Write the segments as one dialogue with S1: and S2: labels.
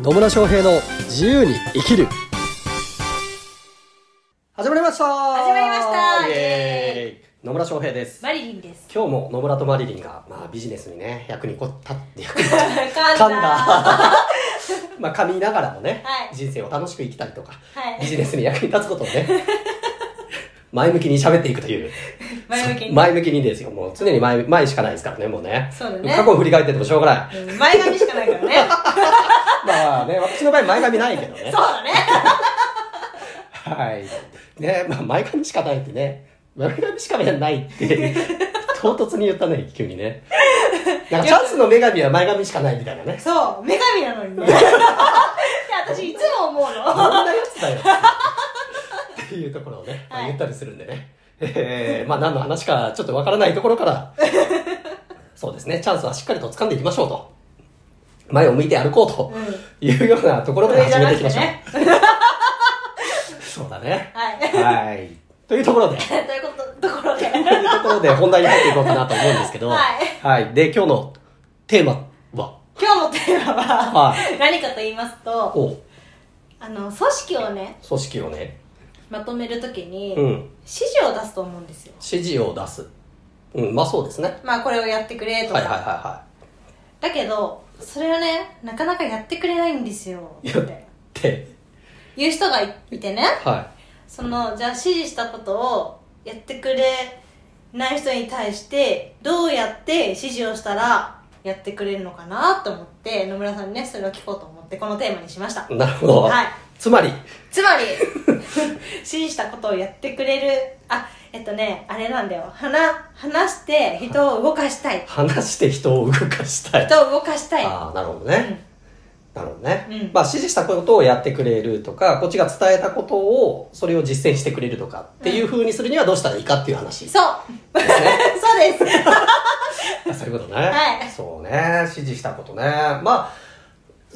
S1: 野村翔平の自由に生きる始まりました
S2: 始まりました
S1: イエーイ野村翔平です
S2: マリリ ンです。
S1: 今日も野村とマリリンが、まあ、ビジネスにね役にこった って役に立っ
S2: 噛んだ
S1: た んだまあ噛みながらもね、
S2: はい
S1: 人生を楽しく生きたりとか
S2: はい
S1: ビジネスに役に立つことをね 前向きに喋っていくという
S2: 前向きに。
S1: 前向きにですよもう常に前前しかないですからねもうね
S2: そうだね
S1: 過去を振り返っててもしょうがない
S2: うん前髪しかないからね。
S1: まあね私の場合前髪ないけど
S2: そう
S1: ね
S2: だね。
S1: はい。ね、まあ、前髪しかないってね、前髪しかないって、唐突に言ったね、急にね。なんかチャンスの女神は前髪しかないみたいなね。
S2: そう、女神なの にね。で私いつも思う
S1: どん
S2: の。
S1: なやつだよ。っていうところをね、まあ
S2: はい
S1: 言ったりするんでね。えーまあ何の話かちょっとわからないところから、そうですね、チャンスはしっかりと掴んでいきましょうと。前を向いて歩こうというようなところから始めていきましょう。
S2: ね。
S1: そうだね。
S2: はい。
S1: はい。というところで。
S2: という こと、ところで。
S1: というところで本題に入っていこうかなと思うんですけど、
S2: はい
S1: はいで、今日のテーマは、
S2: 今日のテーマは
S1: は、
S2: 何かと言いますと、
S1: お、
S2: あの、組織をね、
S1: 組織をね、
S2: まとめるときに、
S1: うん、
S2: 指示を出すと思うんですよ。
S1: 指示を出す。うん、まあそうですね。
S2: まあ、これをやってくれ
S1: はい
S2: と
S1: はい
S2: か。
S1: は
S2: だけど、それをね、なかなかやってくれないんですよ。
S1: い
S2: っ
S1: はい。
S2: て
S1: で、
S2: 言う人がいてね。
S1: は
S2: そのじゃあ指示したことをやってくれない人に対してどうやって指示をしたらやってくれるのかなと思って野村さんにねそれを聞こうと思ってこのテーマにしました
S1: い。なるほど。
S2: はい
S1: つまり、
S2: つまり指示したことをやってくれるあえっとねあれなんだよ話話して人を動かしたい
S1: 話して人を動かしたい。
S2: 人を動かしたい、う
S1: ああ、なるほどね。
S2: ん
S1: なるほどね。
S2: うん
S1: まあ指示したことをやってくれるとか、こっちが伝えたことを、それを実践してくれるとかっていう風にするにはどうしたらいいかっていう話。
S2: そう そうです
S1: あそういうことね、
S2: はい
S1: そうね指示したことねまあ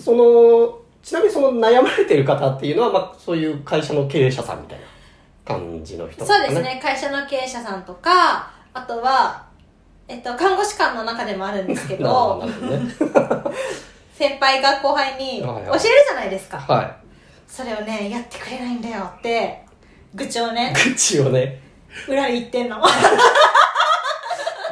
S1: そのちなみにその悩まれてる方っていうのは、まあ、そういう会社の経営者さんみたいな感じの人とか
S2: そうですね会社の経営者さんとかあとは、えっと、看護師官の中でもあるんですけ
S1: なあ
S2: ど
S1: なるほどね
S2: 先輩が後輩に教
S1: は
S2: え
S1: い
S2: る
S1: はい
S2: じゃないですか
S1: は
S2: それをねやってくれないんだよって愚痴をね
S1: い愚痴をね
S2: 裏に言ってん の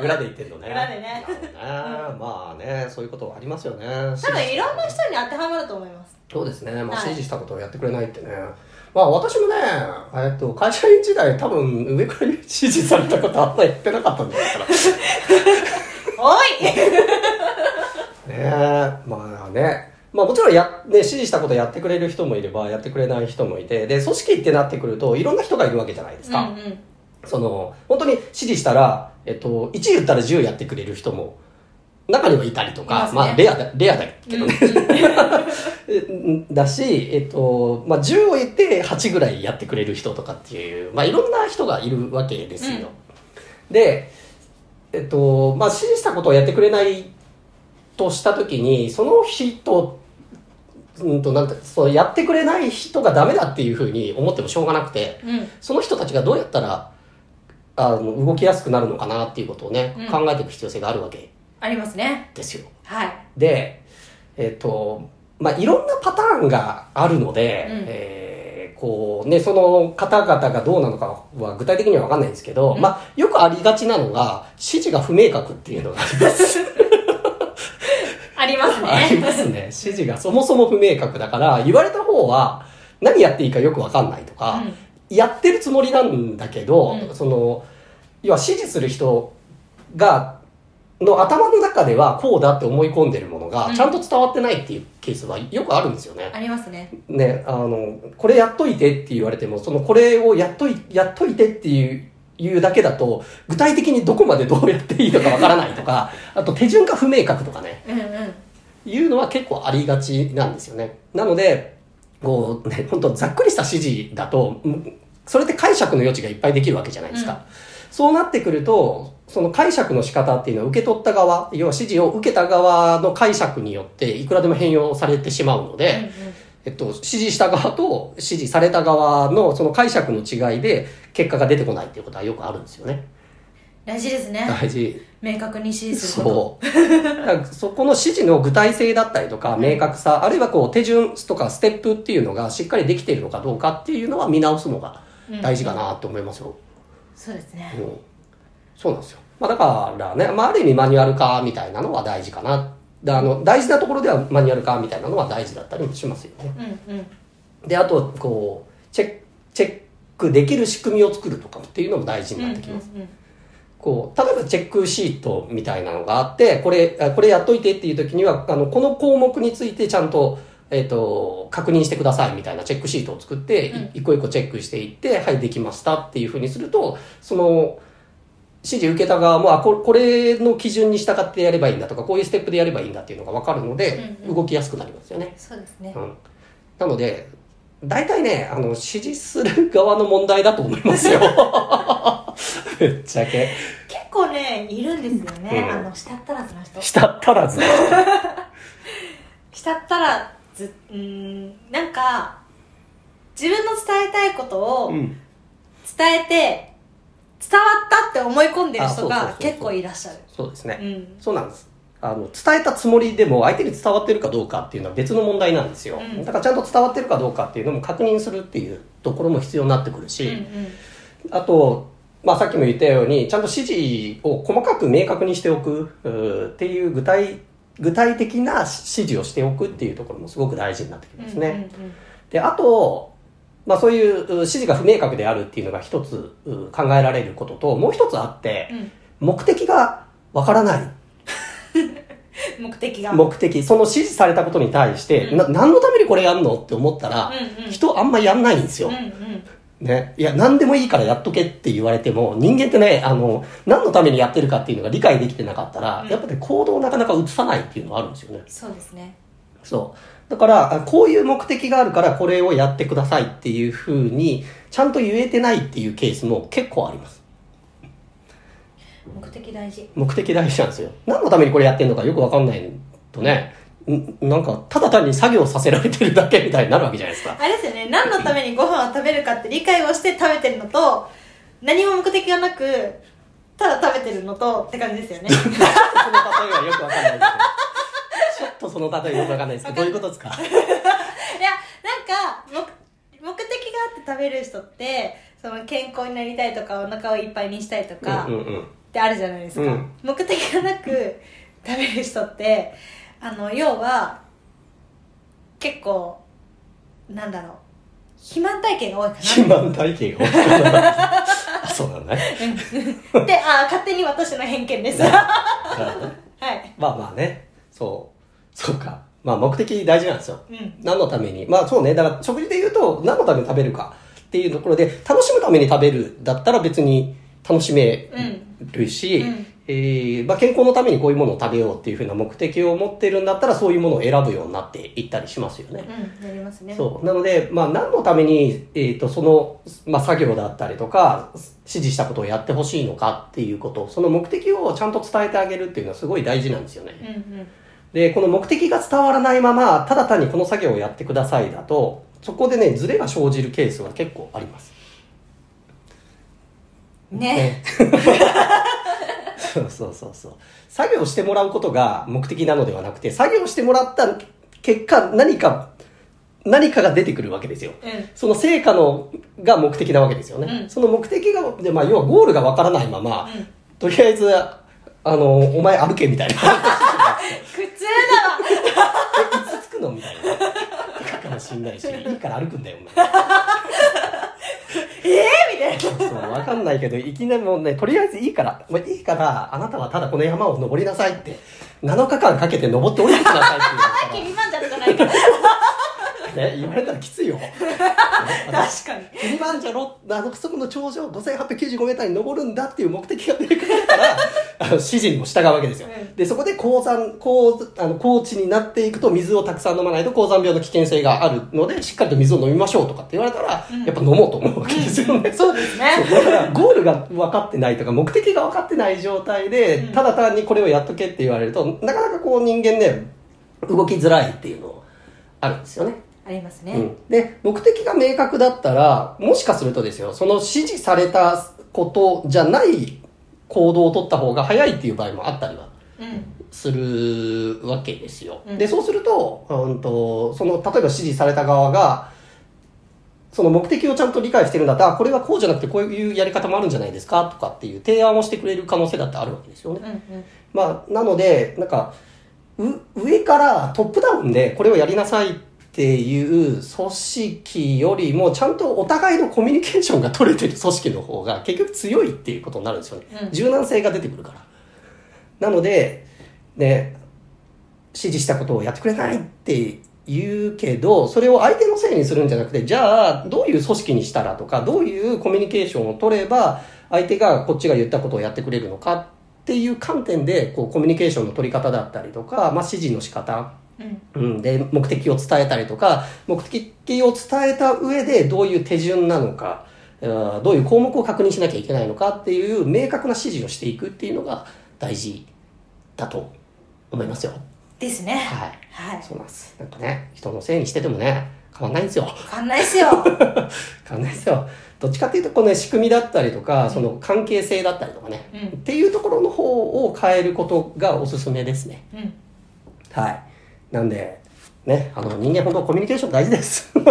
S1: 裏で言ってるのね
S2: 裏でね
S1: なるほどねまあねそういうことはありますよね
S2: 多分いろんな人に当てはまると思います
S1: そうですね、まあ、
S2: はい
S1: 指示したことをやってくれないってね、まあ私もね、えっと、会社員時代多分上から指示されたことあんま言ってなかったんですから
S2: おい
S1: ねえまあねまあもちろんや、ね、指示したことやってくれる人もいればやってくれない人もいてで組織ってなってくるといろんな人がいるわけじゃないです
S2: うん
S1: か、
S2: うん
S1: その本当に指示したら、えっと、1言ったら10やってくれる人も中にはいたりとか
S2: いま、すね
S1: まあレアだレアだけどね、
S2: うんうん
S1: だし、えっとまあ、10を言って8ぐらいやってくれる人とかっていう、まあ、いろんな人がいるわけですよ、で、えっとまあ、指示したことをやってくれないとした時にその人うんとなんてそうやってくれない人がダメだっていうふうに思ってもしょうがなくて
S2: うん
S1: その人たちがどうやったらあの動きやすくなるのかなっていうことをね、
S2: うん
S1: 考えていく必要性があるわけ
S2: ありますね
S1: ですよ
S2: はい
S1: で、えっ、と、まあ、いろんなパターンがあるので、
S2: うん
S1: えーこうね、その方々がどうなのかは具体的には分かんないんですけど、
S2: うん
S1: まあ、よくありがちなのが、指示が不明確っていうのがあります
S2: あります
S1: あり
S2: ね
S1: ますね。指示がそもそも不明確だから、言われた方は何やっていいかよく分かんないとか、やってるつもりなんだけど、
S2: うん
S1: その要は支持する人がの頭の中ではこうだって思い込んでるものが
S2: うん
S1: ちゃんと伝わってないっていうケースはよくあるんですよ
S2: うん
S1: ね。
S2: ありますね
S1: ねあのこれやっといてって言われてもそのこれをやっといやっといてっていう。いうだけだと具体的にどこまでどうやっていいのかわからないとかあと手順が不明確とかね
S2: うんうん
S1: いうのは結構ありがちなんですよね。なので、こうね、本当ざっくりした指示だと、うんそれって解釈の余地がいっぱいできるわけじゃないですか。
S2: うん
S1: そうなってくると、その解釈の仕方っていうのは受け取った側、要は指示を受けた側の解釈によっていくらでも変容されてしまうので、
S2: うんうん
S1: えっと、指示した側と指示された側のその解釈の違いで結果が出てこないっていうことはよくあるんですよね。
S2: 大事ですね
S1: 大事
S2: 明確に指示すること
S1: そうだからそこの指示の具体性だったりとか明確さあるいはこう手順とかステップっていうのがしっかりできているのかどうかっていうのは見直すのが大事かなって思いますよ、
S2: そうですね
S1: うんそうなんですよ、まあ、だからね、まあ、ある意味マニュアル化みたいなのは大事かなであの大事なところではマニュアル化みたいなのは大事だったりもしますよね
S2: うんうん
S1: であとこうチェックチェックできる仕組みを作るとかっていうのも大事になってきます、
S2: うんうん
S1: こう、例えばチェックシートみたいなのがあって、これ、あこれやっといてっていう時には、あの、この項目についてちゃんと、えっ、と、確認してくださいみたいなチェックシートを作って、い
S2: うん
S1: 一個一個チェックしていって、はい、できましたっていうふうにすると、その、指示受けた側も、あ、ここれの基準に従ってやればいいんだとか、こういうステップでやればいいんだっていうのがわかるので、
S2: うんうん
S1: 動きやすくなりますよね
S2: う。んそうですね
S1: うん。なので、大体ね、あの、指示する側の問題だと思いますよ。 ぶっちゃけ。
S2: 結構ねいるんですよね、
S1: うん
S2: あの舌ったらずの人
S1: したったらずね。
S2: 舌ったらずうーんなんか自分の伝えたいことを
S1: うん。
S2: 伝えて伝わったって思い込んでる人
S1: あそうそう
S2: が
S1: そうそう
S2: 結構いらっしゃる
S1: そうです
S2: う
S1: ね。
S2: ん
S1: そうなんです。あの、伝えたつもりでも相手に伝わってるかどうかっていうのは別の問題なんですよ。
S2: うん
S1: だからちゃんと伝わってるかどうかっていうのも確認するっていうところも必要になってくる
S2: うん
S1: し、
S2: うん
S1: あと、まあ、さっきも言ったように、ちゃんと指示を細かく明確にしておくうーっていう具体、具体的な指示をしておくっていうところもすごく大事になってきますね。
S2: うんうん
S1: で、あと、まあそういうう指示が不明確であるっていうのが一つう考えられることと、もう一つあって、
S2: うん
S1: 目的がわからない
S2: 目的が
S1: 目的その指示されたことに対して、
S2: うん
S1: な何のためにこれやんのって思ったら、
S2: うんうん
S1: 人あんまやんないんですよ
S2: うん、うん
S1: ね、いや何でもいいからやっとけって言われても人間ってねあの何のためにやってるかっていうのが理解できてなかったら、
S2: うん
S1: やっぱり行動をなかなか移さないっていうのはあるんですよね
S2: そうですね
S1: そうだからあこういう目的があるからこれをやってくださいっていうふうにちゃんと言えてないっていうケースも結構あります
S2: 目的大事
S1: 目的大事なんですよ何のためにこれやってんのかよくわかんないとねんなんかただ単に作業させられてるだけみたいになるわけじゃないですか
S2: あれですよね何のためにご飯を食べるかって理解をして食べてるのと何も目的がなくただ食べてるのとって感じですよね
S1: その例えはよくわかんないですけどちょっとその例えよくわかんないですけどどういうことですか
S2: いやなんか目目的があって食べる人ってその健康になりたいとかお腹をいっぱいにしたいとか
S1: うんうんうん
S2: ってあるじゃないですか、
S1: うん
S2: 目的がなく食べる人ってあの要は結構なんだろう肥満体験が多いかな
S1: 肥満体型が多いからあそうなのね
S2: であ勝手に私の偏見で すはい
S1: まあまあねそうそうかまあ目的大事なんですよ
S2: うん
S1: 何のためにまあそうねだから食事で言うと何のために食べるかっていうところで楽しむために食べるだったら別に楽しめるし、
S2: うんうん
S1: えーまあ、健康のためにこういうものを食べようっていうふうな目的を持ってるんだったらそういうものを選ぶようになっていったりしますよね。
S2: うんなりますね
S1: そうなので、まあ、何のために、えー、とその、まあ、作業だったりとか指示したことをやってほしいのかっていうことその目的をちゃんと伝えてあげるっていうのはすごい大事なんですよね。
S2: うんうん
S1: で、この目的が伝わらないまま、ただ単にこの作業をやってくださいだと、そこでね、ズレが生じるケースが結構あります。
S2: ね
S1: そうそうそうそう。作業してもらうことが目的なのではなくて、作業してもらった結果、何か、何かが出てくるわけですよ。
S2: うん
S1: その成果のが目的なわけですよね。
S2: うん
S1: その目的が、でまあ、要はゴールがわからないまま、
S2: うん
S1: とりあえず、あの、お前歩けみたいな。
S2: 苦痛だわ
S1: えいつ着くのみたいな。行くかもしんないし、いいから歩くんだよ、お前。
S2: ええみたいな
S1: そう、わかんないけど、いきなりもうね、とりあえずいいから、まあ、いいから、あなたはただこの山を登りなさいって、7日間かけて登って降りてくださいって
S2: さっき
S1: 言
S2: リマンジャロじゃな いから
S1: われたら、ね、言われたらきついよ。
S2: 確かに
S1: キリマンジャロ、あの、そこの頂上5895メーターに登るんだっていう目的が出てくるから、 あの指示にも従うわけですよ。
S2: うん
S1: で、そこで高山、高、あの、高地になっていくと水をたくさん飲まないと高山病の危険性があるので、しっかりと水を飲みましょうとかって言われたら、
S2: うん
S1: やっぱ飲もうと思うわけですよね。
S2: そうで す
S1: そうだ
S2: ね
S1: からゴールが分かってないとか目的が分かってない状態で
S2: うん
S1: ただ単にこれをやっとけって言われるとなかなかこう人間ね動きづらいっていうのあるんですよね。
S2: あります
S1: う
S2: ね、
S1: ん、で目的が明確だったらもしかするとですよその指示されたことじゃない行動を取った方が早いっていう場合もあったりは
S2: うん
S1: するわけですよ。
S2: うん
S1: でそうすると,、うん、とその例えば指示された側がその目的をちゃんと理解してるんだったらあこれはこうじゃなくてこういうやり方もあるんじゃないですかとかっていう提案をしてくれる可能性だってあるわけですよね。
S2: うんうん
S1: まあ、なのでなんかう上からトップダウンでこれをやりなさいっていう組織よりもちゃんとお互いのコミュニケーションが取れてる組織の方が結局強いっていうことになるんですよね、
S2: うん
S1: 柔軟性が出てくるからなのでね指示したことをやってくれないって言うけどそれを相手のせいにするんじゃなくてじゃあどういう組織にしたらとかどういうコミュニケーションを取れば相手がこっちが言ったことをやってくれるのかっていう観点でこうコミュニケーションの取り方だったりとか、まあ、指示の仕方
S2: うん
S1: うん、で目的を伝えたりとか目的を伝えた上でどういう手順なのかうんどういう項目を確認しなきゃいけないのかっていう明確な指示をしていくっていうのが大事だと思いますよ。
S2: ですね
S1: はい
S2: はい
S1: そうなんです。なんかね、人のせいにしててもね、変わんないんですよ。
S2: わかんないっすよ
S1: 変わんないですよ。どっちかっていうと、この、ね、仕組みだったりとか、その関係性だったりとかね、
S2: うん
S1: っていうところの方を変えることがおすすめですね。
S2: うん
S1: はい。なんで、ね、あの、人間本当コミュニケーション大事です。 ね、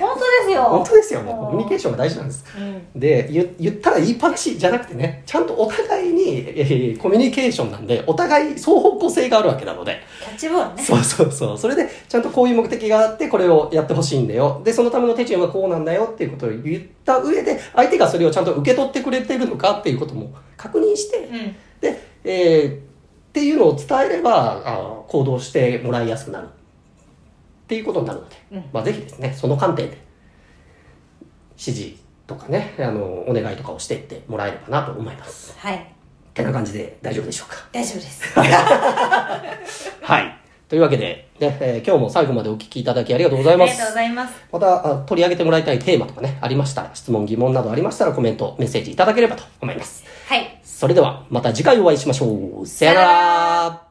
S2: 本当ですよ
S1: 本当ですよね。
S2: うん
S1: コミュニケーションが大事なんです。
S2: うん
S1: で言言ったら言いっぱなしじゃなくてねちゃんとお互いに、えーコミュニケーションなんでお互い双方向性があるわけなので
S2: キャッチボールね
S1: そうそうそう。それで、ちゃんとこういう目的があって、これをやってほしいんだよ。で、そのための手順はこうなんだよっていうことを言った上で、相手がそれをちゃんと受け取ってくれてるのかっていうことも確認して、
S2: うん
S1: で、えーっていうのを伝えればあ、行動してもらいやすくなる。っていうことになるので、
S2: うん
S1: まあぜひですね、その観点で、指示とかね、あの、お願いとかをしていってもらえればなと思います。
S2: はい
S1: てな感じで大丈夫でしょうか。
S2: 大丈夫です
S1: はい。というわけで、ねえー今日も最後までお聞きいただきありがとうござい
S2: あ
S1: ま
S2: りが
S1: す
S2: とう。ございます。
S1: またあ取り上げてもらいたいテーマとかね、ありましたら、質問、疑問などありましたらコメント、メッセージいただければと思います。
S2: はい。
S1: それでは、また次回お会いしましょう。さよな
S2: さよな
S1: ら